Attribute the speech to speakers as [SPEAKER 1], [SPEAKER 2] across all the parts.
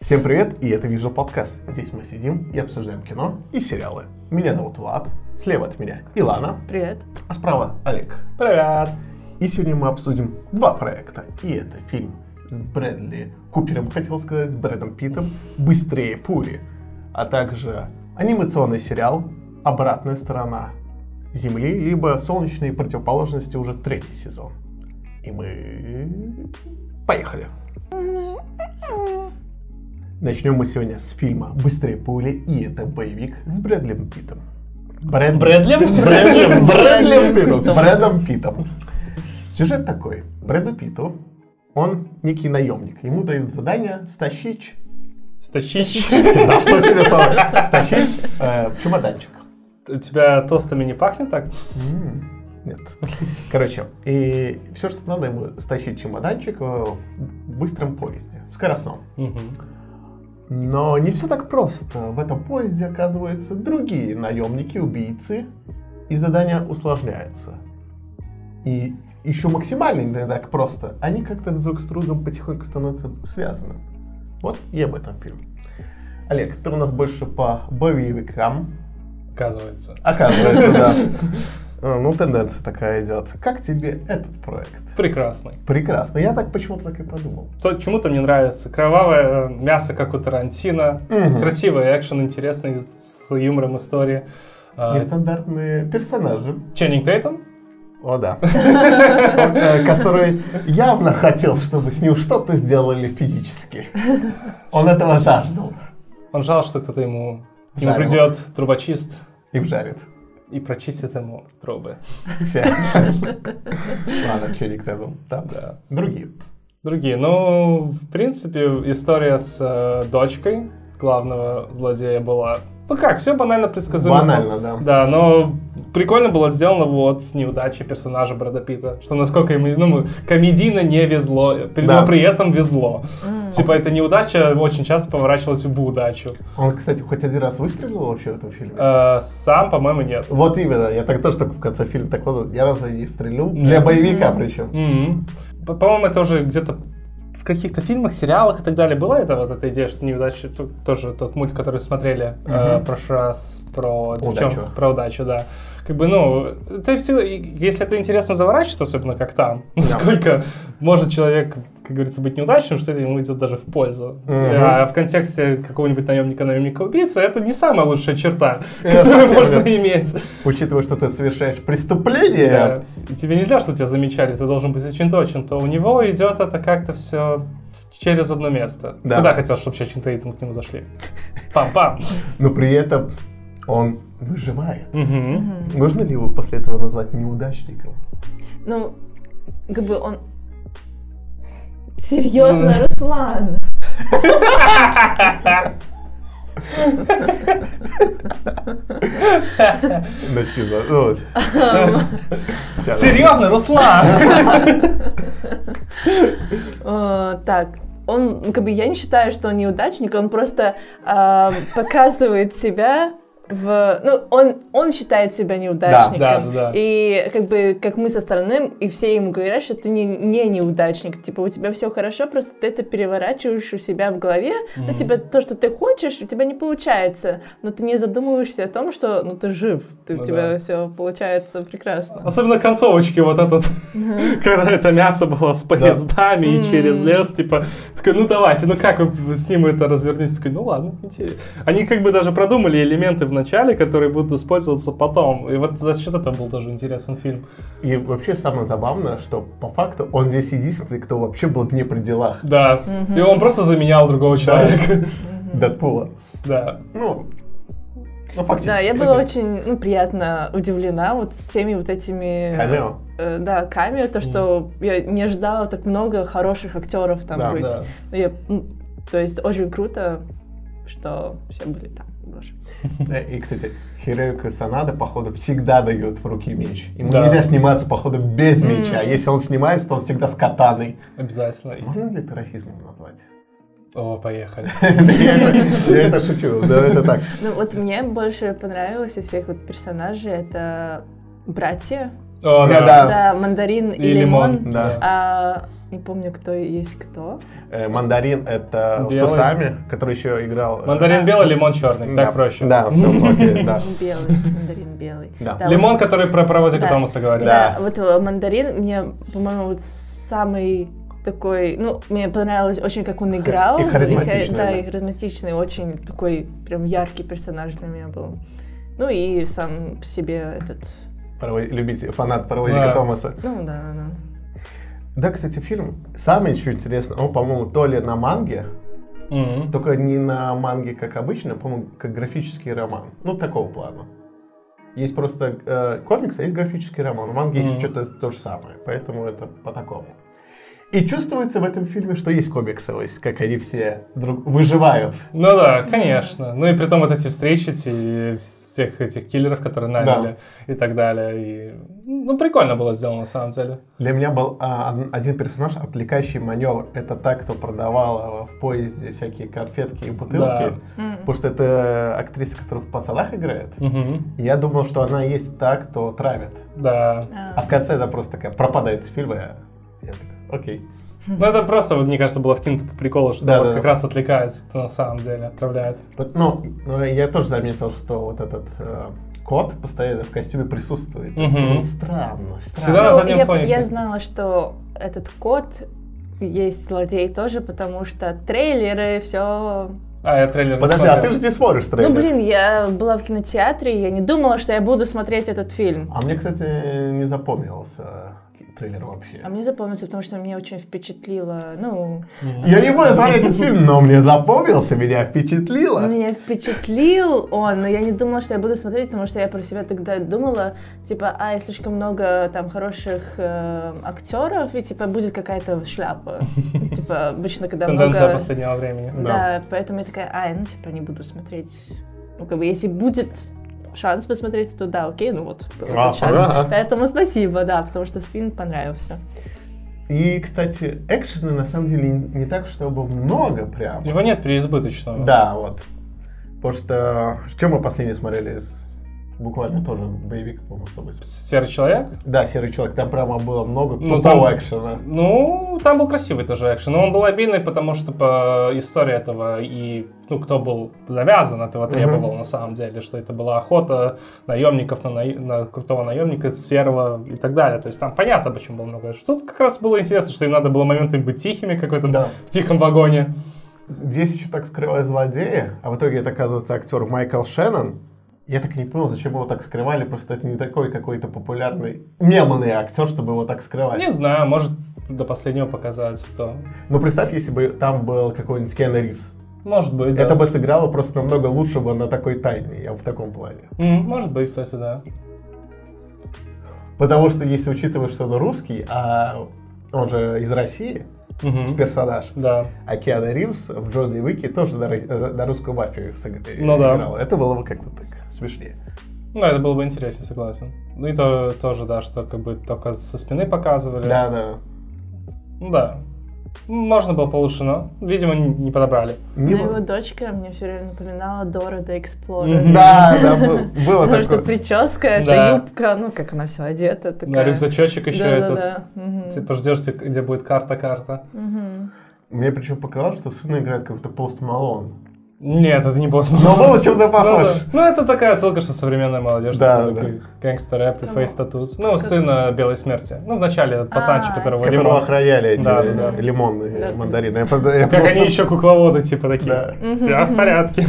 [SPEAKER 1] Всем привет, и это Visual Подкаст. Здесь мы сидим и обсуждаем кино и сериалы. Меня зовут Влад, слева от меня Илана,
[SPEAKER 2] Привет.
[SPEAKER 1] а справа Олег.
[SPEAKER 3] Привет.
[SPEAKER 1] И сегодня мы обсудим два проекта. И это фильм с Брэдли Купером, хотел сказать, с Брэдом Питом «Быстрее пули», а также анимационный сериал «Обратная сторона Земли», либо «Солнечные противоположности» уже третий сезон. И мы... Поехали! Начнем мы сегодня с фильма «Быстрее пули», и это боевик с Брэдлем Питом. Брэд...
[SPEAKER 3] Брэдлем?
[SPEAKER 1] Брэдлем, Брэдлем
[SPEAKER 2] Брэдлем
[SPEAKER 1] Питом. С
[SPEAKER 2] Питом.
[SPEAKER 1] Брэдом Питом. Сюжет такой. Брэду Питу, он некий наемник. Ему дают задание стащить...
[SPEAKER 3] Стащички.
[SPEAKER 1] За что себе слово? Стащить э, чемоданчик.
[SPEAKER 3] У тебя тостами не пахнет так?
[SPEAKER 1] М, Нет. Короче, и все, что надо ему стащить чемоданчик э, в быстром поезде, в скоростном.
[SPEAKER 3] Мгм.
[SPEAKER 1] Но не все так просто. В этом поезде, оказывается, другие наемники, убийцы, и задание усложняется. И еще максимально не так просто. Они как-то друг с другом потихоньку становятся связаны. Вот и об этом фильм. Олег, ты у нас больше по боевикам.
[SPEAKER 3] Оказывается.
[SPEAKER 1] Оказывается, да. Э, Ну, тенденция такая идет. Как тебе этот проект?
[SPEAKER 3] Прекрасный.
[SPEAKER 1] Прекрасно. Я так почему-то так и подумал.
[SPEAKER 3] То, чему-то мне нравится. Кровавое э, мясо, как у Тарантино.
[SPEAKER 1] Мгм.
[SPEAKER 3] Красивый экшен, интересный, с юмором истории. А,
[SPEAKER 1] Нестандартные персонажи.
[SPEAKER 3] Ченнинг Тейтон?
[SPEAKER 1] О, да. Он, э, Который явно хотел, чтобы с ним что-то сделали физически. Он этого жаждал.
[SPEAKER 3] Он жал, что кто-то ему... Ему
[SPEAKER 1] Жарил.
[SPEAKER 3] придет трубочист
[SPEAKER 1] И вжарит.
[SPEAKER 3] и прочистит ему трубы.
[SPEAKER 1] Все. Ладно, Чирик, ты был. Там, да. Другие.
[SPEAKER 3] Другие. Ну, в принципе, история с э, дочкой главного злодея была... Ну как, все банально предсказуемо.
[SPEAKER 1] Банально, да.
[SPEAKER 3] Да, но прикольно было сделано вот с неудачей персонажа Брэда Питта. Что насколько ему, ну, ему комедийно не везло, при-
[SPEAKER 1] Да.
[SPEAKER 3] но при этом везло. Типа эта неудача очень часто поворачивалась в удачу.
[SPEAKER 1] Он, кстати, хоть один раз выстрелил вообще в этом фильме?
[SPEAKER 3] Э, сам, по-моему, нет.
[SPEAKER 1] Вот именно, я так тоже только в конце фильма так вот, я разве не стрелил?
[SPEAKER 3] Нет.
[SPEAKER 1] Для боевика причем.
[SPEAKER 3] Мгм. По- По-моему, это уже где-то в каких-то фильмах, сериалах и так далее была эта вот эта идея, что неудача, ту- тоже тот мульт, который смотрели э,
[SPEAKER 1] Мгм.
[SPEAKER 3] в прошлый раз про девчонку,
[SPEAKER 1] Удачу.
[SPEAKER 3] про удачу, да. Как бы, ну, ты всегда, и если это интересно заворачивать, особенно как там, насколько может человек, как говорится, быть неудачным, что это ему идет даже в пользу.
[SPEAKER 1] Мгм.
[SPEAKER 3] А в контексте какого-нибудь наемника, наемника убийца это не самая лучшая черта,
[SPEAKER 1] Это
[SPEAKER 3] которую
[SPEAKER 1] совсем
[SPEAKER 3] можно
[SPEAKER 1] нет.
[SPEAKER 3] иметь.
[SPEAKER 1] Учитывая, что ты совершаешь преступление,
[SPEAKER 3] Да. И тебе нельзя, что тебя замечали, ты должен быть очень точен, то у него идет это как-то все через одно место.
[SPEAKER 1] Да.
[SPEAKER 3] Куда хотел, чтобы Чачин Тейтон к нему зашли? Пам-пам.
[SPEAKER 1] но при этом он выживает.
[SPEAKER 3] Мгм.
[SPEAKER 2] Мгм.
[SPEAKER 1] Нужно ли его после этого назвать неудачником?
[SPEAKER 2] Ну, как бы он... Серьезно,
[SPEAKER 3] Ну.
[SPEAKER 2] Руслан?
[SPEAKER 1] Начни за- ну, вот.
[SPEAKER 2] Эм.
[SPEAKER 1] Сейчас.
[SPEAKER 3] Серьезно, Руслан!
[SPEAKER 2] Э, Так, он, ну, как бы я не считаю, что он неудачник, он просто а, показывает себя в... Ну, он, он считает себя неудачником.
[SPEAKER 3] Да, да, да.
[SPEAKER 2] И как бы, как мы со стороны, и все ему говорят, что ты не, не неудачник. Типа, у тебя все хорошо, просто ты это переворачиваешь у себя в голове. Ну,
[SPEAKER 3] Мгм.
[SPEAKER 2] типа, то, что ты хочешь, у тебя не получается. Но ты не задумываешься о том, что, ну, ты жив. Ты, у
[SPEAKER 3] Ну
[SPEAKER 2] тебя
[SPEAKER 3] да.
[SPEAKER 2] все получается прекрасно.
[SPEAKER 3] Особенно концовочки вот этот, когда это мясо было с поездами и
[SPEAKER 2] М.
[SPEAKER 3] через лес, типа, такой, ну давайте, ну как вы с ним это развернете? Такой, ну ладно, интересно. Они как бы даже продумали элементы в начале, которые будут использоваться потом. И вот за счет этого был тоже интересен фильм.
[SPEAKER 1] И вообще самое забавное, что по факту он здесь единственный, кто вообще был не при делах
[SPEAKER 3] Да.
[SPEAKER 2] Мгм.
[SPEAKER 3] И он просто заменял другого человека.
[SPEAKER 1] Дэдпула.
[SPEAKER 3] Да.
[SPEAKER 1] Ну, ну фактически.
[SPEAKER 2] Да, я была очень ну, приятно удивлена вот всеми вот этими...
[SPEAKER 1] Камео.
[SPEAKER 2] э, да, камео, то, что я не ожидала так много хороших актеров там
[SPEAKER 1] Да,
[SPEAKER 2] быть.
[SPEAKER 3] да.
[SPEAKER 2] Ну, я, ну, то есть очень круто, что все были там. Боже.
[SPEAKER 1] Э, И, кстати, Хироюка Санада, походу, всегда дает в руки меч. Ему
[SPEAKER 3] Да.
[SPEAKER 1] нельзя сниматься, походу, без
[SPEAKER 2] М.
[SPEAKER 1] меча. А Если он снимается, то он всегда с катаной.
[SPEAKER 3] Обязательно. И-
[SPEAKER 1] Можно ли это расизмом назвать?
[SPEAKER 3] О, поехали.
[SPEAKER 1] Я это- я это шучу, да, это так.
[SPEAKER 2] Ну вот мне больше понравилось из всех вот персонажей это братья.
[SPEAKER 3] О,
[SPEAKER 1] Ну Да,
[SPEAKER 2] Да, мандарин и,
[SPEAKER 3] И лимон.
[SPEAKER 2] лимон.
[SPEAKER 1] Да.
[SPEAKER 2] А, Не помню, кто есть кто.
[SPEAKER 1] Э, мандарин это
[SPEAKER 3] Белый.
[SPEAKER 1] Сусами, который еще играл. э,
[SPEAKER 3] Мандарин белый, лимон черный,
[SPEAKER 1] да,
[SPEAKER 3] так проще.
[SPEAKER 1] Да, все, окей, да.
[SPEAKER 2] Белый, мандарин белый.
[SPEAKER 1] Да.
[SPEAKER 2] вот-
[SPEAKER 3] Лимон, который про паровозик
[SPEAKER 2] Да.
[SPEAKER 3] у Томаса говорил.
[SPEAKER 2] Да,
[SPEAKER 1] Да.
[SPEAKER 2] вот э, мандарин мне, по-моему, вот самый такой, ну, мне понравилось очень, как он играл.
[SPEAKER 1] и харизматичный,
[SPEAKER 2] хар- да,
[SPEAKER 1] да.
[SPEAKER 2] и харизматичный, очень такой прям яркий персонаж для меня был. Ну и сам по себе этот,
[SPEAKER 1] Паровоз- Любите, фанат паровозика
[SPEAKER 3] Да.
[SPEAKER 1] Томаса.
[SPEAKER 2] ну да, да, да.
[SPEAKER 1] Да, кстати, фильм самый еще интересный. Он, по-моему, то ли на манге,
[SPEAKER 3] Мгм.
[SPEAKER 1] только не на манге, как обычно, а, по-моему, как графический роман. Ну, такого плана. Есть просто э, комикс, а есть графический роман. В манге есть
[SPEAKER 3] Мгм.
[SPEAKER 1] что-то то же самое, поэтому это по такому. И чувствуется в этом фильме, что есть комиксовость, как они все друг выживают.
[SPEAKER 3] Ну да, конечно. Ну и при том вот эти встречи, эти, всех этих киллеров, которые наняли и так далее. И, ну, прикольно было сделано на самом деле.
[SPEAKER 1] Для меня был а, од- один персонаж, отвлекающий маневр. Это та, кто продавала в поезде всякие конфетки и бутылки. Потому что это актриса, которая в пацанах играет.
[SPEAKER 3] Мгм.
[SPEAKER 1] Я думал, что она и есть та, кто травит.
[SPEAKER 3] Да.
[SPEAKER 1] А в конце она просто такая пропадает из фильма. Я такой, окей.
[SPEAKER 3] Ну это просто, вот, мне кажется, было вкинуто по приколу, что
[SPEAKER 1] Да,
[SPEAKER 3] вот
[SPEAKER 1] да,
[SPEAKER 3] как
[SPEAKER 1] да.
[SPEAKER 3] раз отвлекает, кто на самом деле отправляет.
[SPEAKER 1] Вот, Ну, э, я тоже заметил, что вот этот э, кот постоянно в костюме присутствует.
[SPEAKER 3] Мгм.
[SPEAKER 1] Ну, странно,
[SPEAKER 3] Всегда на
[SPEAKER 1] странно.
[SPEAKER 2] Ну,
[SPEAKER 3] заднем
[SPEAKER 2] я,
[SPEAKER 3] фоне
[SPEAKER 2] я
[SPEAKER 3] всё.
[SPEAKER 2] знала, что этот кот есть злодей тоже, потому что трейлеры, все.
[SPEAKER 3] А, я трейлер не
[SPEAKER 1] Подожди, а ты
[SPEAKER 3] смотрел.
[SPEAKER 1] же не смотришь трейлер.
[SPEAKER 2] Ну блин, я была в кинотеатре, и я не думала, что я буду смотреть этот фильм.
[SPEAKER 1] А мне, кстати, не запомнился трейлер вообще.
[SPEAKER 2] А мне запомнился, потому что меня очень впечатлило, ну,
[SPEAKER 3] Мгм.
[SPEAKER 1] Я не буду смотреть этот фильм, но мне запомнился, меня впечатлило.
[SPEAKER 2] меня впечатлил он, но я не думала, что я буду смотреть, потому что я про себя тогда думала, типа, ай, слишком много там хороших э, актеров, и типа будет какая-то шляпа. Типа обычно, когда
[SPEAKER 3] Тенденция
[SPEAKER 2] много...
[SPEAKER 3] последнего времени.
[SPEAKER 1] Да.
[SPEAKER 2] Да, поэтому я такая, ай, ну типа не буду смотреть. Ну как бы если будет шанс посмотреть, то да, окей, ну вот был
[SPEAKER 1] А,
[SPEAKER 2] этот шанс.
[SPEAKER 1] ага.
[SPEAKER 2] Поэтому спасибо, да, потому что фильм понравился.
[SPEAKER 1] И, кстати, экшена на самом деле не так, чтобы много прям.
[SPEAKER 3] Его нет переизбыточного.
[SPEAKER 1] Да, вот. Потому что... Что мы последнее смотрели из... Буквально тоже боевик, по-моему, с тобой.
[SPEAKER 3] Серый человек.
[SPEAKER 1] Да, «Серый человек», там прямо было много
[SPEAKER 3] Ну,
[SPEAKER 1] тупого
[SPEAKER 3] там-
[SPEAKER 1] экшена.
[SPEAKER 3] Ну, там был красивый тоже экшен, но он был обильный, потому что по история этого и ну, кто был завязан, этого
[SPEAKER 1] Мгм.
[SPEAKER 3] требовал на самом деле, что это была охота наемников на, наё- на крутого наемника, серого и так далее. То есть там понятно, почему было много. экшена. Тут как раз было интересно, что им надо было моментами быть тихими, как в этом
[SPEAKER 1] Да.
[SPEAKER 3] в тихом вагоне.
[SPEAKER 1] Здесь еще так скрывали злодея, а в итоге это оказывается актер Майкл Шеннон. Я так и не понял, зачем его так скрывали, просто это не такой какой-то популярный мемный актер, чтобы его так скрывать.
[SPEAKER 3] Не знаю, может до последнего показать, кто.
[SPEAKER 1] Ну представь, если бы там был какой-нибудь Киану Ривз.
[SPEAKER 3] Может быть, да.
[SPEAKER 1] Это бы сыграло просто намного лучше бы на такой тайне, я в таком плане.
[SPEAKER 3] М, Может быть, кстати, да.
[SPEAKER 1] Потому что если учитывать, что он русский, а он же из России,
[SPEAKER 3] Мгм.
[SPEAKER 1] персонаж,
[SPEAKER 3] Да.
[SPEAKER 1] а Киану Ривз в Джоне Уике тоже на, рос- э, на русскую мафию сыг- э,
[SPEAKER 3] Ну да.
[SPEAKER 1] играл. Это было бы как-то так смешнее.
[SPEAKER 3] Ну, это было бы интереснее, согласен. Ну и то, тоже, да, что как бы только со спины показывали.
[SPEAKER 1] Да, да.
[SPEAKER 3] Ну Да. Можно было получше, но, видимо, не не подобрали.
[SPEAKER 2] Но
[SPEAKER 1] Мимо-
[SPEAKER 2] его дочка мне все время напоминала Дора до
[SPEAKER 3] Мгм.
[SPEAKER 2] Эксплора.
[SPEAKER 1] Да, да, был- было
[SPEAKER 2] Потому что
[SPEAKER 1] такое.
[SPEAKER 2] прическа,
[SPEAKER 3] Да.
[SPEAKER 2] это юбка, ну как она вся одета.
[SPEAKER 3] На
[SPEAKER 2] такая.
[SPEAKER 3] рюкзачочек еще
[SPEAKER 2] Да,
[SPEAKER 3] этот.
[SPEAKER 2] да, да. Мгм.
[SPEAKER 3] Типа ждешь, где- где будет карта-карта.
[SPEAKER 2] Мгм.
[SPEAKER 1] Мне причем показалось, что сын играет какой-то пост Малон.
[SPEAKER 3] Нет, это не босс.
[SPEAKER 1] Но было чем-то
[SPEAKER 3] Ну,
[SPEAKER 1] похож.
[SPEAKER 3] да. Ну, это такая отсылка, что современная молодежь.
[SPEAKER 1] Да,
[SPEAKER 3] типа,
[SPEAKER 1] да.
[SPEAKER 3] такие Гангстер-рэп и
[SPEAKER 2] Кого?
[SPEAKER 3] фейс татус. Ну, сына Белой Смерти. Ну, вначале этот пацанчик,
[SPEAKER 2] А,
[SPEAKER 3] которого
[SPEAKER 1] Которого
[SPEAKER 3] ремонт.
[SPEAKER 1] охраняли эти
[SPEAKER 3] Да, да,
[SPEAKER 2] да.
[SPEAKER 1] лимонные
[SPEAKER 2] Да.
[SPEAKER 1] мандарины. Я просто- я
[SPEAKER 3] Как
[SPEAKER 1] просто-
[SPEAKER 3] они еще кукловоды, типа, такие.
[SPEAKER 1] Да.
[SPEAKER 2] Мгм.
[SPEAKER 3] Я в порядке.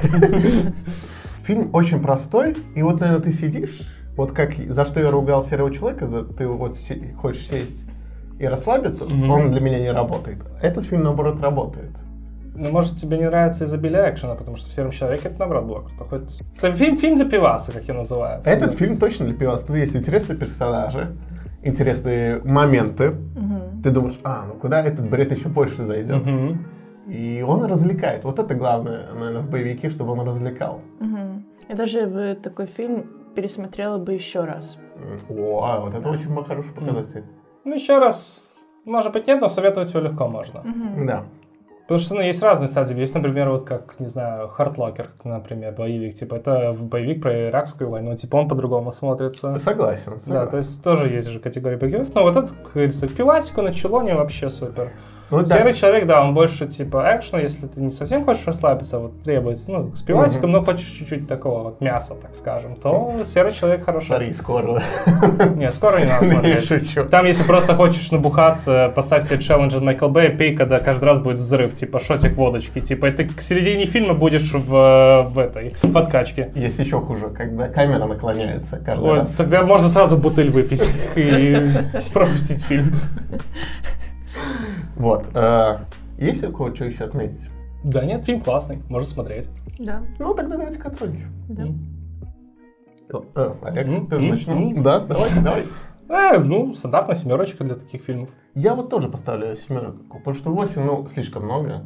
[SPEAKER 1] Фильм очень простой, и вот, наверное, ты сидишь, вот как, за что я ругал серого человека, за- ты вот си- хочешь сесть и расслабиться,
[SPEAKER 3] Мгм.
[SPEAKER 1] он для меня не работает. Этот фильм, наоборот, работает.
[SPEAKER 3] Ну, может, тебе не нравится изобилие экшена, потому что в «Сером человеке» это, наоборот, было круто. Хоть- Это фильм, фильм для пиваса, как я называю.
[SPEAKER 1] Этот фильм точно для пивас. Тут есть интересные персонажи, интересные моменты.
[SPEAKER 2] Мгм.
[SPEAKER 1] Ты думаешь, а, ну куда этот бред еще больше зайдет?
[SPEAKER 3] Мгм.
[SPEAKER 1] И он развлекает. Вот это главное, наверное, в боевике, чтобы он развлекал.
[SPEAKER 2] Мгм. Я даже бы такой фильм пересмотрела бы еще раз.
[SPEAKER 1] М, О, а, вот это очень хороший показатель.
[SPEAKER 3] Ну, еще раз, может быть, нет, но советовать его легко можно.
[SPEAKER 2] Мгм.
[SPEAKER 1] Да.
[SPEAKER 3] Потому что, ну, есть разные стадии. Есть, например, вот как, не знаю, хардлокер, например, боевик. Типа, это боевик про иракскую войну. Типа, он по-другому смотрится.
[SPEAKER 1] Согласен.
[SPEAKER 3] Да,
[SPEAKER 1] согласен.
[SPEAKER 3] то есть тоже есть же категория боевиков. Но вот это, как говорится, пивасику начало не вообще супер.
[SPEAKER 1] Ну, да.
[SPEAKER 3] Серый человек, да, он больше типа экшена, если ты не совсем хочешь расслабиться, вот требуется, ну, с пивасиком, но хочешь чуть-чуть такого вот мяса, так скажем, то серый человек
[SPEAKER 1] Смотри,
[SPEAKER 3] хороший.
[SPEAKER 1] скоро.
[SPEAKER 3] Не, скоро не надо
[SPEAKER 1] Я
[SPEAKER 3] смотреть.
[SPEAKER 1] шучу.
[SPEAKER 3] Там, если просто хочешь набухаться, поставь себе челлендж от Майкл Бэя, пей, когда каждый раз будет взрыв, типа шотик водочки. Типа, и ты к середине фильма будешь в, в этой подкачке.
[SPEAKER 1] Есть еще хуже, когда камера наклоняется каждый
[SPEAKER 3] Вот,
[SPEAKER 1] раз.
[SPEAKER 3] тогда можно сразу бутыль выпить и пропустить фильм.
[SPEAKER 1] Вот. э, Есть у кого что еще отметить?
[SPEAKER 3] Да нет, фильм классный, можно смотреть.
[SPEAKER 2] Да,
[SPEAKER 1] Ну, тогда давайте к оценке.
[SPEAKER 2] да.
[SPEAKER 1] Э, Олег,
[SPEAKER 3] М,
[SPEAKER 1] ты же
[SPEAKER 3] м,
[SPEAKER 1] начну?
[SPEAKER 3] м.
[SPEAKER 1] Да, давай, давай.
[SPEAKER 3] Э, ну, стандартная семерочка для таких фильмов.
[SPEAKER 1] Я вот тоже поставлю семерку, потому что 8, ну, слишком много.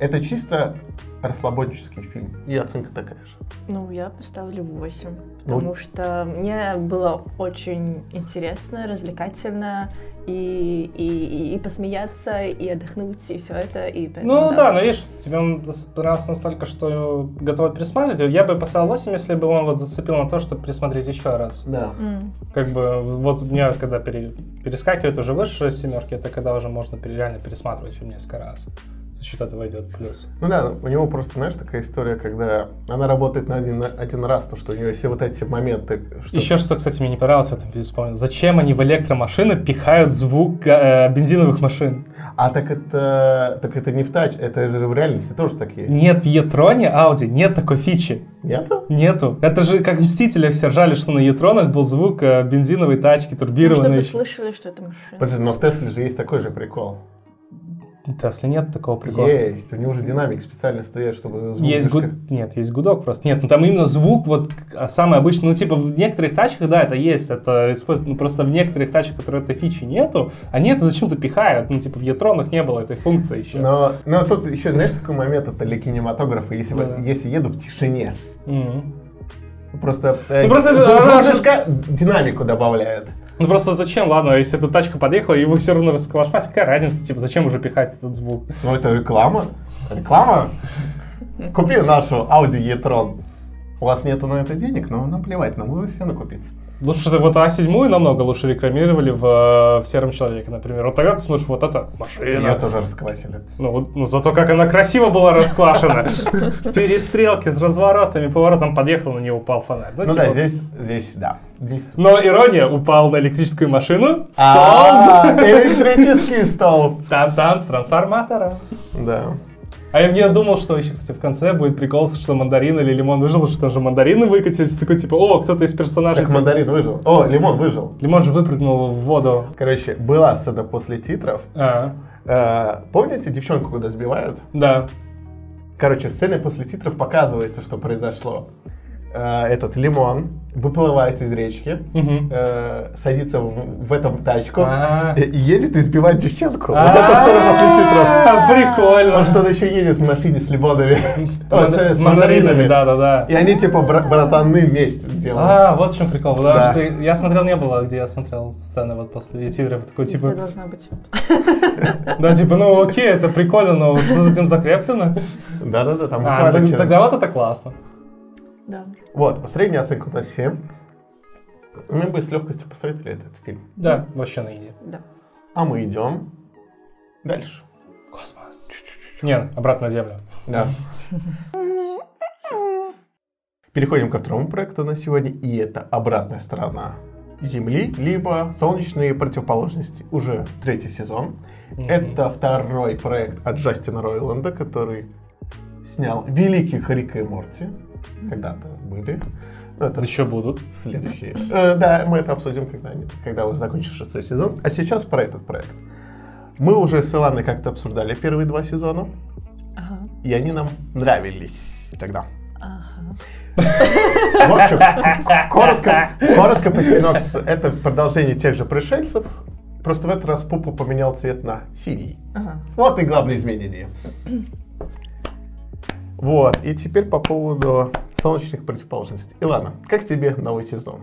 [SPEAKER 1] Это чисто расслабонческий фильм, и оценка такая же.
[SPEAKER 2] Ну, я поставлю 8,
[SPEAKER 1] Ну.
[SPEAKER 2] потому что мне было очень интересно, развлекательно, и, и, и, и посмеяться, и отдохнуть, и все это. И
[SPEAKER 3] Ну
[SPEAKER 2] поэтому
[SPEAKER 3] да, но видишь, тебе он понравился настолько, что готов пересматривать. Я бы поставил 8, если бы он вот зацепил на то, чтобы пересмотреть еще раз.
[SPEAKER 1] Да.
[SPEAKER 2] М,
[SPEAKER 3] Как бы вот у меня, когда пере- перескакивает уже выше семерки, это когда уже можно пере- реально пересматривать фильм несколько раз. За счет этого идет плюс.
[SPEAKER 1] Ну да, у него просто, знаешь, такая история, когда она работает на один, на один раз, то, что у нее все вот эти моменты... Что...
[SPEAKER 3] Еще что, кстати, мне не понравилось в этом фильме, вспомнил. Зачем они в электромашины пихают звук э, бензиновых машин?
[SPEAKER 1] А так это, так это не в тач, это же в реальности тоже так есть.
[SPEAKER 3] Нет в Етроне, Ауди, нет такой фичи.
[SPEAKER 1] Нету?
[SPEAKER 3] Нету. Это же как в Мстителях все ржали, что на Етронах был звук э, бензиновой тачки,
[SPEAKER 2] ну, чтобы
[SPEAKER 3] турбированной.
[SPEAKER 2] слышали, что это машина.
[SPEAKER 1] Подожди, ну, но в Тесле же есть такой же прикол.
[SPEAKER 3] Тесли нет такого прикола.
[SPEAKER 1] Есть, у него же динамик специально стоит, чтобы звук
[SPEAKER 3] Есть
[SPEAKER 1] немножко-
[SPEAKER 3] гуд... Нет, есть гудок просто. Нет, ну там именно звук вот к- а самый обычный. Ну, типа, в некоторых тачках, да, это есть. Это используется. Ну, просто в некоторых тачках, которые этой фичи нету, они это зачем-то пихают. Ну, типа, в Етронах не было этой функции еще.
[SPEAKER 1] Но, но тут еще, знаешь, такой момент, это для кинематографа, если, вот-
[SPEAKER 3] Да.
[SPEAKER 1] если еду в тишине.
[SPEAKER 3] Мгм.
[SPEAKER 1] Просто, э,
[SPEAKER 3] Ну, просто это-
[SPEAKER 1] звук
[SPEAKER 3] она же-
[SPEAKER 1] движка динамику добавляет.
[SPEAKER 3] Ну, просто зачем? Ладно, если эта тачка подъехала, его все равно расколошмать, какая разница? Типа, зачем уже пихать этот звук?
[SPEAKER 1] Ну, это реклама. Реклама? Купи нашу Audi e-tron. У вас нету на это денег, но нам плевать, нам вы все накупиться.
[SPEAKER 3] Лучше ты вот А7 намного лучше рекламировали в, э, в «Сером человеке», например. Вот тогда ты смотришь, вот это машина.
[SPEAKER 1] Ее тоже расквасили.
[SPEAKER 3] Ну, вот, ну, зато как она красиво была расквашена. В перестрелке с разворотами, поворотом подъехал, на нее упал фонарь.
[SPEAKER 1] Ну,
[SPEAKER 3] типа-
[SPEAKER 1] да, здесь, здесь, да. Здесь...
[SPEAKER 3] Но ирония, упал на электрическую машину,
[SPEAKER 1] А,
[SPEAKER 3] столб,
[SPEAKER 1] Электрический столб.
[SPEAKER 3] тан-тан с трансформатором.
[SPEAKER 1] Да.
[SPEAKER 3] А я мне думал, что еще, кстати, в конце будет прикол, что мандарин или лимон выжил, что же мандарины выкатились. Такой, типа, о, кто-то из персонажей...
[SPEAKER 1] Как
[SPEAKER 3] типа,
[SPEAKER 1] мандарин выжил. О, лимон выжил.
[SPEAKER 3] Лимон же выпрыгнул в воду.
[SPEAKER 1] Короче, была сцена после титров.
[SPEAKER 3] А,
[SPEAKER 1] Э, Помните девчонку, куда сбивают?
[SPEAKER 3] да.
[SPEAKER 1] Короче, в сцене после титров показывается, что произошло. Э, Этот лимон выплывает из речки,
[SPEAKER 3] Мгм.
[SPEAKER 1] э, садится в, в этом тачку
[SPEAKER 3] А.
[SPEAKER 1] и, и едет избивать девчонку. Вот это сцена после титров.
[SPEAKER 3] А, Прикольно.
[SPEAKER 1] Потому что он еще едет в машине с лимонами. Ой,
[SPEAKER 3] Манда-
[SPEAKER 1] с- С
[SPEAKER 3] мандаринами,
[SPEAKER 1] мандаринами.
[SPEAKER 3] да-да-да.
[SPEAKER 1] И они типа бра- братаны вместе
[SPEAKER 3] А,
[SPEAKER 1] делают.
[SPEAKER 3] вот в чем прикол. Потому
[SPEAKER 1] Да.
[SPEAKER 3] что я смотрел, не было, где я смотрел сцены вот после титров. Такой,
[SPEAKER 2] Везде
[SPEAKER 3] типа,
[SPEAKER 2] должно быть.
[SPEAKER 3] да, типа, ну окей, это прикольно, но что за этим закреплено?
[SPEAKER 1] Да-да-да, там
[SPEAKER 3] А,
[SPEAKER 1] буквально
[SPEAKER 3] так-
[SPEAKER 1] через-
[SPEAKER 3] тогда вот это классно.
[SPEAKER 2] Да.
[SPEAKER 1] Вот, средняя оценка у нас 7. Мы бы с легкостью посмотрели этот фильм.
[SPEAKER 3] Да, вообще на изи.
[SPEAKER 2] Да.
[SPEAKER 1] А мы идем дальше.
[SPEAKER 3] Космос. Нет, обратно на землю.
[SPEAKER 1] Да. Переходим ко второму проекту на сегодня, и это обратная сторона Земли, либо солнечные противоположности. Уже третий сезон.
[SPEAKER 3] Мгм.
[SPEAKER 1] Это второй проект от Джастина Ройланда, который снял великих Рика и Морти. Когда-то были. Ну, это
[SPEAKER 3] Еще будут.
[SPEAKER 1] следующие. Э, да, мы это обсудим когда-нибудь, когда уже закончится шестой сезон. А сейчас про этот проект. Мы уже с Иланой как-то обсуждали первые два сезона,
[SPEAKER 2] Ага.
[SPEAKER 1] и они нам нравились тогда.
[SPEAKER 2] Ага.
[SPEAKER 1] В общем, к- коротко, коротко по синопсису. Это продолжение тех же пришельцев, просто в этот раз Пупа поменял цвет на синий.
[SPEAKER 2] Ага.
[SPEAKER 1] Вот и главное изменение. Вот, и теперь по поводу солнечных противоположностей. Илана, как тебе новый сезон?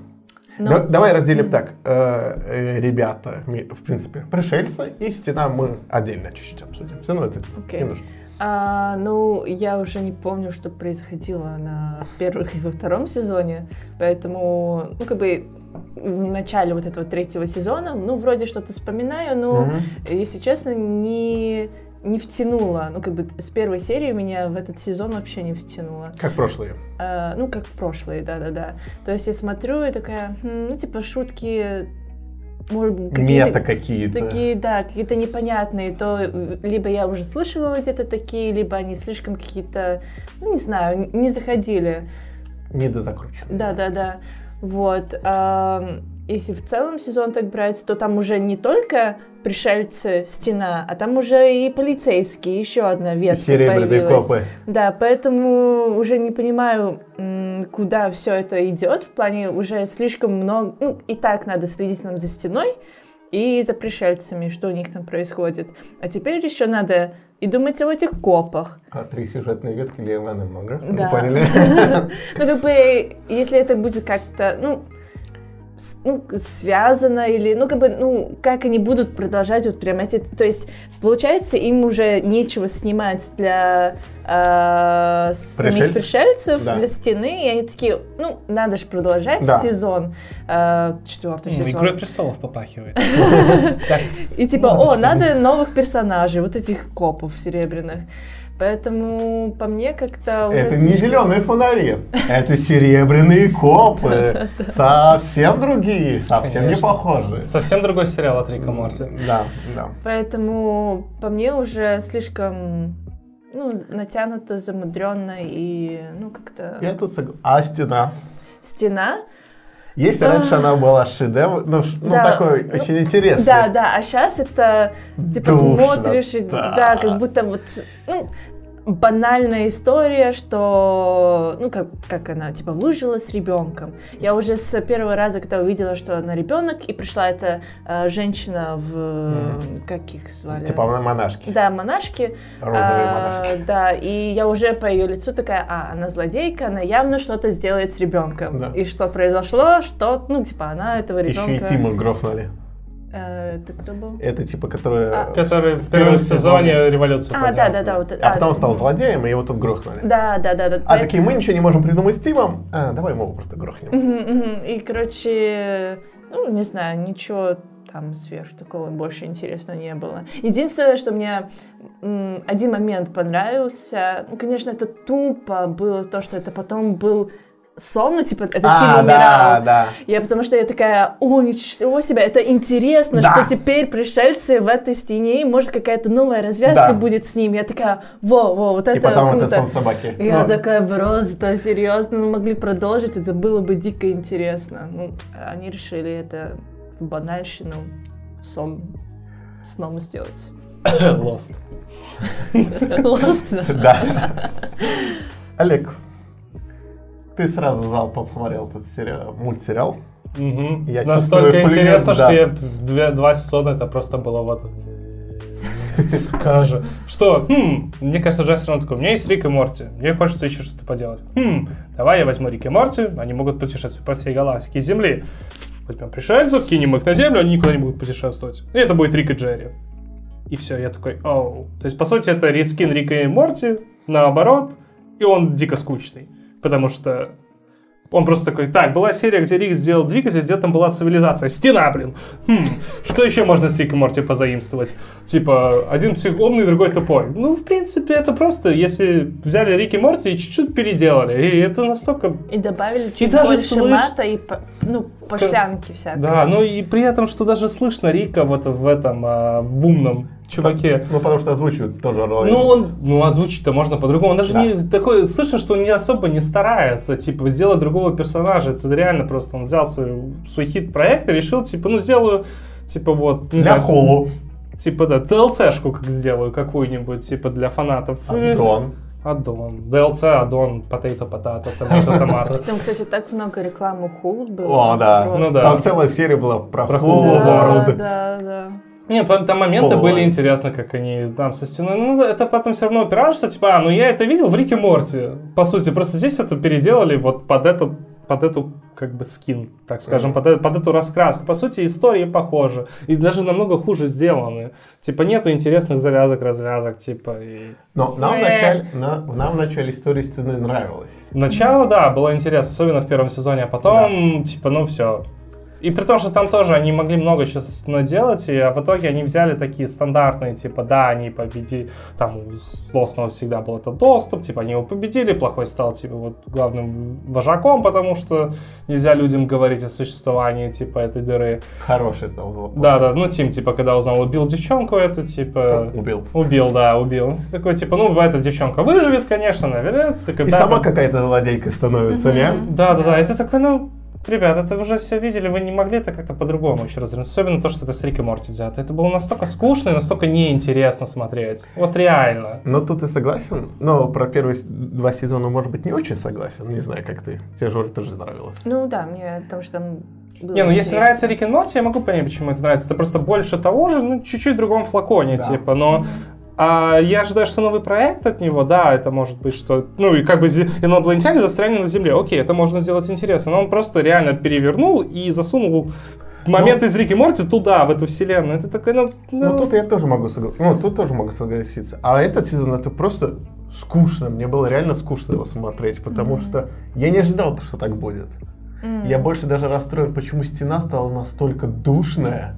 [SPEAKER 2] Ну.
[SPEAKER 1] Да- давай разделим так. Э, э, ребята, ми- в принципе, пришельцы и стена мы отдельно чуть-чуть обсудим. Все равно это
[SPEAKER 2] Окей.
[SPEAKER 1] немножко.
[SPEAKER 2] А, ну, я уже не помню, что происходило на первых и во втором сезоне, поэтому, ну, как бы в начале вот этого третьего сезона, ну, вроде что-то вспоминаю, но,
[SPEAKER 1] Мгм.
[SPEAKER 2] если честно, не, не втянула. Ну, как бы с первой серии меня в этот сезон вообще не втянуло.
[SPEAKER 1] Как прошлые.
[SPEAKER 2] Э, ну, как прошлые, да-да-да. То есть я смотрю и такая, «Хм, ну, типа, шутки, может, быть,
[SPEAKER 1] Мета
[SPEAKER 2] какие-то...
[SPEAKER 1] какие-то.
[SPEAKER 2] Такие, да, какие-то непонятные. То э, либо я уже слышала где-то такие, либо они слишком какие-то, ну, не знаю, н- не заходили.
[SPEAKER 1] Недозакрученные.
[SPEAKER 2] Да-да-да. Вот. а, Если в целом сезон так брать, то там уже не только пришельцы, стена, а там уже и полицейские, еще одна
[SPEAKER 1] И
[SPEAKER 2] ветка
[SPEAKER 1] Серебряные
[SPEAKER 2] появилась.
[SPEAKER 1] копы.
[SPEAKER 2] Да, поэтому уже не понимаю, м, куда все это идет. В плане уже слишком много. Ну, и так надо следить нам за стеной и за пришельцами, что у них там происходит. А теперь еще надо и думать об этих копах.
[SPEAKER 1] А три сюжетные ветки Левана много. Ну,
[SPEAKER 2] Да.
[SPEAKER 1] поняли?
[SPEAKER 2] Ну, как бы, если это будет как-то, ну, с- ну, связано или, ну, как бы, ну, как они будут продолжать вот прям эти... То есть, получается, им уже нечего снимать для э, самих
[SPEAKER 1] Пришельцев?
[SPEAKER 2] пришельцев,
[SPEAKER 1] Да.
[SPEAKER 2] для стены, и они такие, ну, надо же продолжать
[SPEAKER 1] Да.
[SPEAKER 2] сезон, э, четвертый
[SPEAKER 3] М,
[SPEAKER 2] сезон.
[SPEAKER 3] Игрой престолов попахивает. Так,
[SPEAKER 2] И типа,
[SPEAKER 3] Надо
[SPEAKER 2] о,
[SPEAKER 3] же
[SPEAKER 2] надо новых персонажей, вот этих копов серебряных. Поэтому по мне как-то уже...
[SPEAKER 1] Это не зеленые фонари, это серебряные копы. Совсем другие, совсем не
[SPEAKER 3] Конечно.
[SPEAKER 1] похожие.
[SPEAKER 3] Совсем другой сериал от Рика Морти.
[SPEAKER 1] Да, да.
[SPEAKER 2] Поэтому по мне уже слишком ну, натянуто, замудренно и ну как-то
[SPEAKER 1] Я тут согласен. А стена?
[SPEAKER 2] стена.
[SPEAKER 1] Если
[SPEAKER 2] Да.
[SPEAKER 1] раньше она была шедевр, ну, ш- ну,
[SPEAKER 2] Да.
[SPEAKER 1] такой
[SPEAKER 2] Ну,
[SPEAKER 1] очень интересный.
[SPEAKER 2] Да, да, а сейчас это типа
[SPEAKER 1] Душно.
[SPEAKER 2] смотришь, и,
[SPEAKER 1] Да.
[SPEAKER 2] да. как будто вот ну, банальная история, что ну как, как она типа выжила с ребенком. Я уже с первого раза, когда увидела, что она ребенок, и пришла эта э, женщина в как их звали?
[SPEAKER 1] Типа она монашки,
[SPEAKER 2] да, монашки.
[SPEAKER 1] розовые
[SPEAKER 2] А,
[SPEAKER 1] монашки.
[SPEAKER 2] Да, и я уже по ее лицу такая, а, она злодейка, она явно что-то сделает с ребенком.
[SPEAKER 1] Да.
[SPEAKER 2] И что произошло, что, ну, типа, она этого ребенка...
[SPEAKER 1] Еще и Тима грохнули.
[SPEAKER 2] Э, это кто был?
[SPEAKER 1] Это типа, которая...
[SPEAKER 2] А.
[SPEAKER 3] Который в первом сезоне революцию
[SPEAKER 2] А,
[SPEAKER 3] поднял.
[SPEAKER 2] да, да, да. Вот,
[SPEAKER 1] А потом стал злодеем, и его тут грохнули.
[SPEAKER 2] Да, да, да, да.
[SPEAKER 1] А такие, мы ничего не можем придумать с Тимом, а, давай мы его просто грохнем.
[SPEAKER 2] Мгм, мгм. И, короче, ну, не знаю, ничего там сверх такого больше интересного не было. Единственное, что мне м, один момент понравился, ну, конечно, это тупо было то, что это потом был сон, ну, типа, это Тим
[SPEAKER 1] А,
[SPEAKER 2] умирал.
[SPEAKER 1] да, да.
[SPEAKER 2] Я потому что я такая, о, ничего себе, это интересно,
[SPEAKER 1] Да.
[SPEAKER 2] что теперь пришельцы в этой стене, и, может, какая-то новая развязка
[SPEAKER 1] Да.
[SPEAKER 2] будет с ними. Я такая, во, во, вот это
[SPEAKER 1] И потом
[SPEAKER 2] круто.
[SPEAKER 1] это сон собаки.
[SPEAKER 2] Я
[SPEAKER 1] Ну,
[SPEAKER 2] такая, просто, серьезно, ну, могли продолжить, это было бы дико интересно. Ну, они решили это в банальщину сон сном сделать.
[SPEAKER 3] Lost.
[SPEAKER 2] Lost, да.
[SPEAKER 1] Да. Олег, ты сразу залпом смотрел этот сериал, мультсериал.
[SPEAKER 3] Мгм.
[SPEAKER 1] Я
[SPEAKER 3] Настолько
[SPEAKER 1] чувствую
[SPEAKER 3] интересно,
[SPEAKER 1] пулемет,
[SPEAKER 3] что
[SPEAKER 1] да.
[SPEAKER 3] я две- два сезона это просто было вот Кажа. Что? Хм, мне кажется, Джастин он такой, у меня есть Рик и Морти, мне хочется еще что-то поделать. Хм, давай я возьму Рик и Морти, они могут путешествовать по всей галактике Земли. Возьмем пришельцев, кинем их на Землю, они никуда не будут путешествовать. И это будет Рик и Джерри. И все, я такой, оу. То есть, по сути, это рискин Рика и Морти, наоборот, и он дико скучный. Потому что он просто такой, так, была серия, где Рик сделал двигатель, где там была цивилизация. Стена, блин. Хм, что еще можно с Рик и Морти позаимствовать? Типа, один псих умный, другой тупой. Ну, в принципе, это просто, если взяли Рик и Морти и чуть-чуть переделали. И это настолько...
[SPEAKER 2] И добавили чуть
[SPEAKER 3] даже
[SPEAKER 2] больше
[SPEAKER 3] слышь-
[SPEAKER 2] мата и, по- ну, пошлянки всякой.
[SPEAKER 3] Да, ну и при этом, что даже слышно Рика вот в этом, а, в умном чуваке.
[SPEAKER 1] Ну, потому что озвучивают тоже роли.
[SPEAKER 3] Ну, он, ну, озвучить-то можно по-другому. Он даже
[SPEAKER 1] Да.
[SPEAKER 3] не такой, слышно, что он не особо не старается, типа, сделать другого персонажа. Это реально просто он взял свой, свой хит-проект и решил, типа, ну, сделаю, типа, вот, не
[SPEAKER 1] Для
[SPEAKER 3] знаю,
[SPEAKER 1] Холу.
[SPEAKER 3] типа, да, DLC-шку как сделаю какую-нибудь, типа, для фанатов. И-
[SPEAKER 1] Антон.
[SPEAKER 3] Аддон. DLC, аддон, potato, potato, томато, томато.
[SPEAKER 2] Там, кстати, так много рекламы Хулд было.
[SPEAKER 1] О, да.
[SPEAKER 2] Просто.
[SPEAKER 3] Ну да.
[SPEAKER 1] Там целая серия была про,
[SPEAKER 3] Про
[SPEAKER 1] Холу
[SPEAKER 3] Hulu
[SPEAKER 2] Да,
[SPEAKER 1] World.
[SPEAKER 2] да, да.
[SPEAKER 3] Не, там, там моменты
[SPEAKER 1] Холлоуэй.
[SPEAKER 3] были интересны, как они там со стеной. Ну, это потом все равно опиралось, что типа, а, ну я это видел в Рике Морти. По сути, просто здесь это переделали вот под этот под эту как бы скин, так скажем, под, э- под эту раскраску. По сути, истории похожи. И даже намного хуже сделаны. Типа нету интересных завязок, развязок, типа. и-
[SPEAKER 1] Но Ну, нам, в
[SPEAKER 3] Э.
[SPEAKER 1] начале, на- нам в начале истории сцены нравилось.
[SPEAKER 3] Начало, да, было интересно, особенно в первом сезоне, а потом, типа, ну все. И при том, что там тоже они могли много сейчас наделать, и, а в итоге они взяли такие стандартные, типа, да, они победили, там у злостного всегда был этот доступ, типа, они его победили, плохой стал, типа, вот главным вожаком, потому что нельзя людям говорить о существовании, типа, этой дыры.
[SPEAKER 1] Хороший стал злодей.
[SPEAKER 3] Да-да, ну, Тим, типа, когда узнал, убил девчонку эту, типа...
[SPEAKER 1] Убил.
[SPEAKER 3] Убил, да, убил. Он такой, типа, ну, эта девчонка выживет, конечно, наверное. Ты такой,
[SPEAKER 1] И
[SPEAKER 3] да,
[SPEAKER 1] сама
[SPEAKER 3] да.
[SPEAKER 1] какая-то злодейка становится, не?
[SPEAKER 2] Мгм.
[SPEAKER 3] Да, да, да. И ты такой, ну, ребят, это вы уже все видели, вы не могли это как-то по-другому еще развернуть. Особенно то, что это с Рик и Морти взято. Это было настолько скучно и настолько неинтересно смотреть. Вот реально.
[SPEAKER 1] Но Ну, тут ты согласен? Но про первые с- два сезона, может быть, не очень согласен. Не знаю, как ты. Тебе Жорик тоже нравилось.
[SPEAKER 2] Ну да, мне потому что там было
[SPEAKER 3] Не, ну если
[SPEAKER 2] интересно.
[SPEAKER 3] нравится Рик и Морти, я могу понять, почему это нравится. Это просто больше того же, ну чуть-чуть в другом флаконе,
[SPEAKER 1] Да.
[SPEAKER 3] типа, но... а, я ожидаю, что новый проект от него, да, это может быть, что... Ну, и как бы зе- инопланетяне застряли на Земле, окей, это можно сделать интересно, но он просто реально перевернул и засунул
[SPEAKER 1] Ну.
[SPEAKER 3] момент из Рики Морти туда, в эту вселенную. Это такой, ну... ну,
[SPEAKER 1] Ну, тут я тоже могу согласиться. Ну, тут тоже могу согласиться. А этот сезон это просто скучно. Мне было реально скучно его смотреть, потому что я не ожидал, что так будет.
[SPEAKER 2] М,
[SPEAKER 1] Я больше даже расстроен, почему стена стала настолько душная.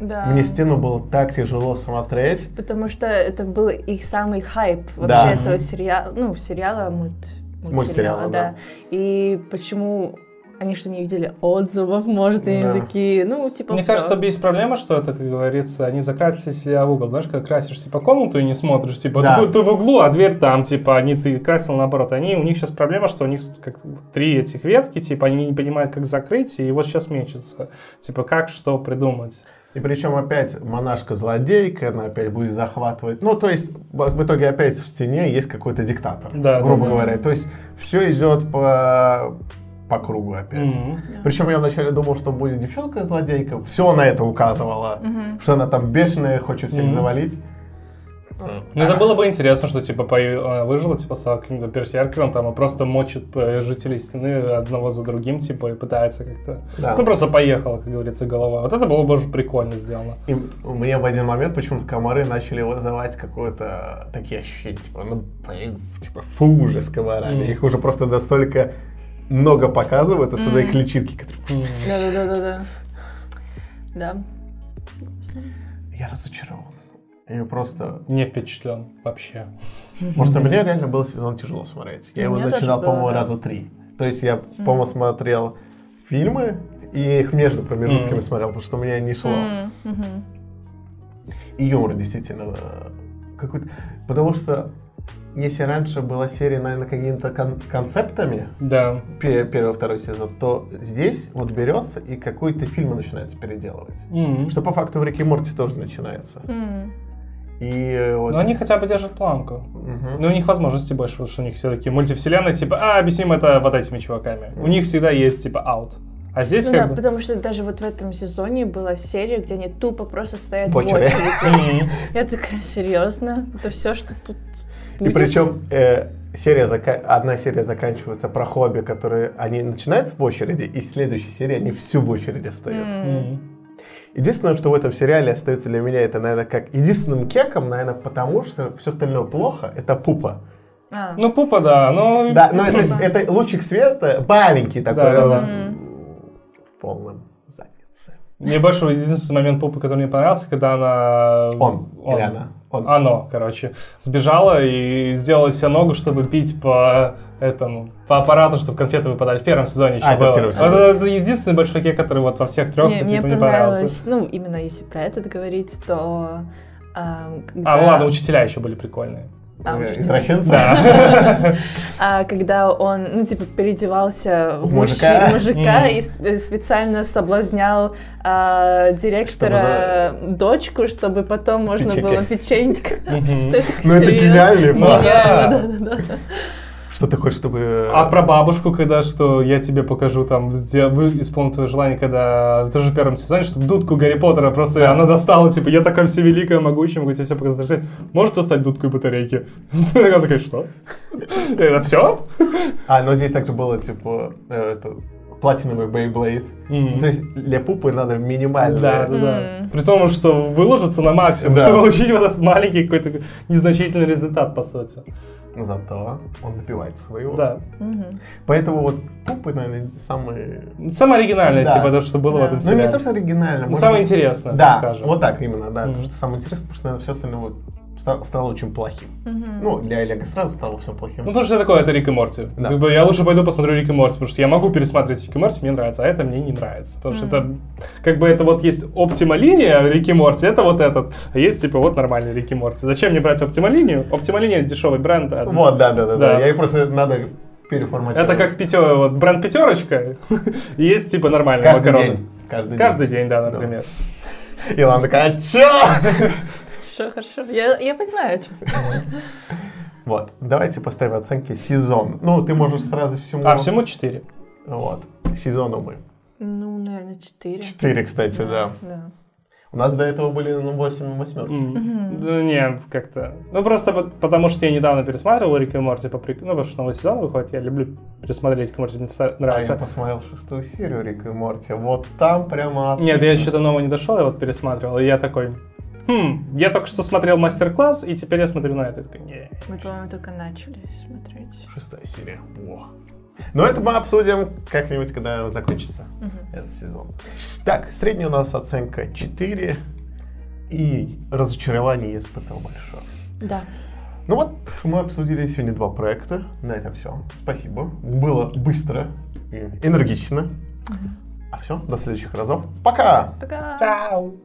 [SPEAKER 2] да.
[SPEAKER 1] Мне стену было так тяжело смотреть.
[SPEAKER 2] Потому что это был их самый хайп вообще
[SPEAKER 1] Да.
[SPEAKER 2] этого сериала, ну, сериала, мульт-
[SPEAKER 1] Мультсериала, да.
[SPEAKER 2] И почему они что, не видели отзывов, может, и
[SPEAKER 1] Да.
[SPEAKER 2] они такие, ну, типа,
[SPEAKER 3] Мне
[SPEAKER 2] всё.
[SPEAKER 3] кажется, есть проблема, что это, как говорится, они закрасили себя в угол. Знаешь, когда красишь типа комнату и не смотришь, типа,
[SPEAKER 1] Да.
[SPEAKER 3] ты, ты в углу, а дверь там, типа, они ты красил наоборот. Они, у них сейчас проблема, что у них как три этих ветки, типа, они не понимают, как закрыть, и вот сейчас мечутся. Типа, как что придумать.
[SPEAKER 1] И причем опять монашка-злодейка, она опять будет захватывать. Ну, то есть, в в итоге опять в стене есть какой-то диктатор,
[SPEAKER 3] Да,
[SPEAKER 1] грубо
[SPEAKER 2] да, да.
[SPEAKER 1] говоря. То есть, все идет по, по кругу опять.
[SPEAKER 3] Мгм.
[SPEAKER 1] Причем я вначале думал, что будет девчонка-злодейка. Все на это указывало.
[SPEAKER 2] Мгм.
[SPEAKER 1] Что она там бешеная, хочет всех
[SPEAKER 3] Мгм.
[SPEAKER 1] завалить.
[SPEAKER 3] Ну, это было бы интересно, что, типа, по- э, выжила, типа, с каким-то берсеркером, там, и просто мочит э, жителей стены одного за другим, типа, и пытается как-то...
[SPEAKER 1] Да.
[SPEAKER 3] Ну, просто поехала, как говорится, голова. Вот это было бы уже прикольно сделано.
[SPEAKER 1] И мне в один момент почему-то комары начали вызывать какое-то такие ощущения, типа, ну, блин, типа, фу уже с комарами.
[SPEAKER 3] Мгм.
[SPEAKER 1] Их уже просто настолько много показывают, особенно их
[SPEAKER 2] Мгм.
[SPEAKER 1] личинки, которые...
[SPEAKER 3] М.
[SPEAKER 2] Да-да-да-да-да. Да.
[SPEAKER 1] Я разочарован. Я просто...
[SPEAKER 3] Не впечатлен вообще.
[SPEAKER 1] Может, у меня реально был сезон тяжело смотреть. Я
[SPEAKER 2] У
[SPEAKER 1] его
[SPEAKER 2] меня тоже
[SPEAKER 1] начинал,
[SPEAKER 2] было,
[SPEAKER 1] по-моему,
[SPEAKER 2] да.
[SPEAKER 1] раза три. То есть я, по-моему, смотрел фильмы и их между промежутками
[SPEAKER 3] Мгм.
[SPEAKER 1] смотрел, потому что у меня не шло.
[SPEAKER 2] М, мгм.
[SPEAKER 1] И юмор действительно э, какой-то... Потому что если раньше была серия, наверное, какими-то кон- концептами,
[SPEAKER 3] Да.
[SPEAKER 1] пе- первый, второй сезон, то здесь вот берется и какой-то фильм начинается переделывать.
[SPEAKER 3] М.
[SPEAKER 1] Что по факту в Рике и Морти тоже начинается.
[SPEAKER 2] М.
[SPEAKER 1] И э, вот...
[SPEAKER 3] Но они Ну, хотя бы держат планку.
[SPEAKER 1] Мгм.
[SPEAKER 3] Но у них возможности больше, потому что у них все-таки мультивселенная, типа, а, объясним это вот этими чуваками. У них всегда есть, типа, аут. А здесь
[SPEAKER 2] Ну да,
[SPEAKER 3] как бы...
[SPEAKER 2] потому что даже вот в этом сезоне была серия, где они тупо просто стоят
[SPEAKER 1] В
[SPEAKER 2] в
[SPEAKER 1] очереди.
[SPEAKER 2] очереди.
[SPEAKER 3] М.
[SPEAKER 2] Я такая, серьезно? Это все, что тут
[SPEAKER 1] И
[SPEAKER 2] будет?
[SPEAKER 1] причем э, серия зака- одна серия заканчивается про хобби, которые они начинают в очереди, и в следующей серии они всю в очереди стоят.
[SPEAKER 2] М.
[SPEAKER 3] М.
[SPEAKER 1] Единственное, что в этом сериале остается для меня, это, наверное, как единственным кеком, наверное, потому что все остальное плохо, это пупа.
[SPEAKER 2] А.
[SPEAKER 3] Ну, пупа, да, но...
[SPEAKER 1] Да, но это,
[SPEAKER 2] Пупа.
[SPEAKER 1] это лучик света, маленький такой,
[SPEAKER 3] Да, да,
[SPEAKER 1] он
[SPEAKER 3] да.
[SPEAKER 1] в полном заднице.
[SPEAKER 3] Мне больше единственный момент пупы, который мне понравился, когда она...
[SPEAKER 1] Он, или она. Он.
[SPEAKER 3] Оно, короче, сбежала и сделала себе ногу, чтобы бить по этому, по аппарату, чтобы конфеты выпадали. В первом сезоне еще
[SPEAKER 1] А, это в
[SPEAKER 3] было.
[SPEAKER 1] первом
[SPEAKER 3] Вот
[SPEAKER 1] сезоне.
[SPEAKER 3] это, это единственный большой кек, который вот во всех трех
[SPEAKER 2] мне,
[SPEAKER 3] типа,
[SPEAKER 2] мне
[SPEAKER 3] не понравился.
[SPEAKER 2] понравилось, ну, именно если про этот говорить, то... а, когда-
[SPEAKER 3] А, ну ладно, учителя еще были прикольные.
[SPEAKER 2] А,
[SPEAKER 1] Э,
[SPEAKER 2] учитель.
[SPEAKER 1] Извращенцы?
[SPEAKER 2] А, когда он, ну, типа, переодевался в
[SPEAKER 1] В
[SPEAKER 2] мужчину-
[SPEAKER 1] мужика.
[SPEAKER 2] мужика
[SPEAKER 3] Мгм.
[SPEAKER 2] и сп- э, специально соблазнял а, директора дочку, чтобы потом можно
[SPEAKER 1] Печеньки.
[SPEAKER 2] было печенька.
[SPEAKER 3] Мгм.
[SPEAKER 2] Кстати,
[SPEAKER 1] Ну это
[SPEAKER 2] серьезно.
[SPEAKER 1] гениальный
[SPEAKER 3] Ну
[SPEAKER 1] план.
[SPEAKER 3] да.
[SPEAKER 2] Да, да, да.
[SPEAKER 1] Что ты хочешь, чтобы...
[SPEAKER 3] А про бабушку, когда что я тебе покажу, там, сдел- вы- исполни твое желание, когда в тоже первом сезоне, чтобы дудку Гарри Поттера просто она достала, типа, я такая все великая, могучая, могу тебе все показать. Может достать дудку и батарейки? Она такая, что? Это все?
[SPEAKER 1] А, ну здесь также было, типа, э, это, платиновый Бейблейд.
[SPEAKER 3] Мгм.
[SPEAKER 1] То есть для пупы надо минимально.
[SPEAKER 3] Да, да, да.
[SPEAKER 2] М.
[SPEAKER 3] При том, что выложится на максимум,
[SPEAKER 1] Да.
[SPEAKER 3] чтобы получить вот этот маленький какой-то незначительный результат, по сути.
[SPEAKER 1] Но зато он добивается своего.
[SPEAKER 3] Да.
[SPEAKER 2] Мгм.
[SPEAKER 1] Поэтому вот пупы, наверное, самые...
[SPEAKER 3] Самое оригинальное,
[SPEAKER 1] Да.
[SPEAKER 3] типа, то, что было в
[SPEAKER 2] Да. Ну,
[SPEAKER 3] этом
[SPEAKER 1] Ну,
[SPEAKER 3] сериале.
[SPEAKER 1] не то, что оригинально.
[SPEAKER 3] Ну,
[SPEAKER 1] может
[SPEAKER 3] Самое
[SPEAKER 1] быть,
[SPEAKER 3] интересное, так
[SPEAKER 1] Да,
[SPEAKER 3] скажем.
[SPEAKER 1] вот так именно, да.
[SPEAKER 3] Мгм.
[SPEAKER 1] То, что самое интересное, потому что, наверное, все остальное вот ста- стало очень плохим.
[SPEAKER 2] Мгм.
[SPEAKER 1] Ну, для Олега сразу стало все плохим.
[SPEAKER 3] Ну, потому что такое, это Рик и Морти.
[SPEAKER 1] Да.
[SPEAKER 3] Как бы я лучше пойду посмотрю Рик и Морти, потому что я могу пересматривать Рик и Морти, мне нравится, а это мне не нравится. Потому что это, как бы это вот есть оптима-линия Рик и Морти, это вот этот, а есть типа вот нормальный Рик и Морти. Зачем мне брать оптима-линию? Оптима-линия дешевый бренд. а-
[SPEAKER 1] Вот, да, да, да,
[SPEAKER 3] Да.
[SPEAKER 1] да. Я и просто надо переформатировать.
[SPEAKER 3] Это как пятерка, вот бренд пятерочка, и есть типа нормальный
[SPEAKER 1] каждый
[SPEAKER 3] макароны.
[SPEAKER 1] день. Каждый,
[SPEAKER 3] Каждый день, да, например.
[SPEAKER 1] день. И она такая, «А чё?
[SPEAKER 2] Хорошо, хорошо. Я, я понимаю, о чём.
[SPEAKER 1] Вот, давайте поставим оценки сезон. Ну, ты можешь сразу всему...
[SPEAKER 3] А всему 4.
[SPEAKER 1] Вот, сезону мы.
[SPEAKER 2] Ну, наверное, четыре.
[SPEAKER 1] Четыре, кстати, да.
[SPEAKER 2] Да.
[SPEAKER 1] У нас до этого были, ну, восемь восьмерки.
[SPEAKER 3] Да не, как-то. Ну просто вот потому что я недавно пересматривал Рик и Морти по прик- Ну, потому что новый сезон выходит, я люблю пересмотреть Рик и Морти, мне ста-
[SPEAKER 1] А я
[SPEAKER 3] нравится.
[SPEAKER 1] посмотрел шестую серию Рика и Морти. Вот там прямо... отлично.
[SPEAKER 3] Нет, я еще до нового не дошел, я вот пересматривал, и я такой. Хм, я только что смотрел мастер-класс, и теперь я смотрю на это. и такой, «Не».
[SPEAKER 2] Мы, по-моему, только начали смотреть.
[SPEAKER 1] Шестая серия. Во. Но это мы обсудим как-нибудь, когда закончится этот сезон. Так, средняя у нас оценка 4. И разочарование я испытал большое.
[SPEAKER 2] Да.
[SPEAKER 1] Ну вот, мы обсудили сегодня два проекта. На этом все. Спасибо. Было быстро и энергично. А все, до следующих разов. Пока!
[SPEAKER 2] Пока.
[SPEAKER 3] Чау!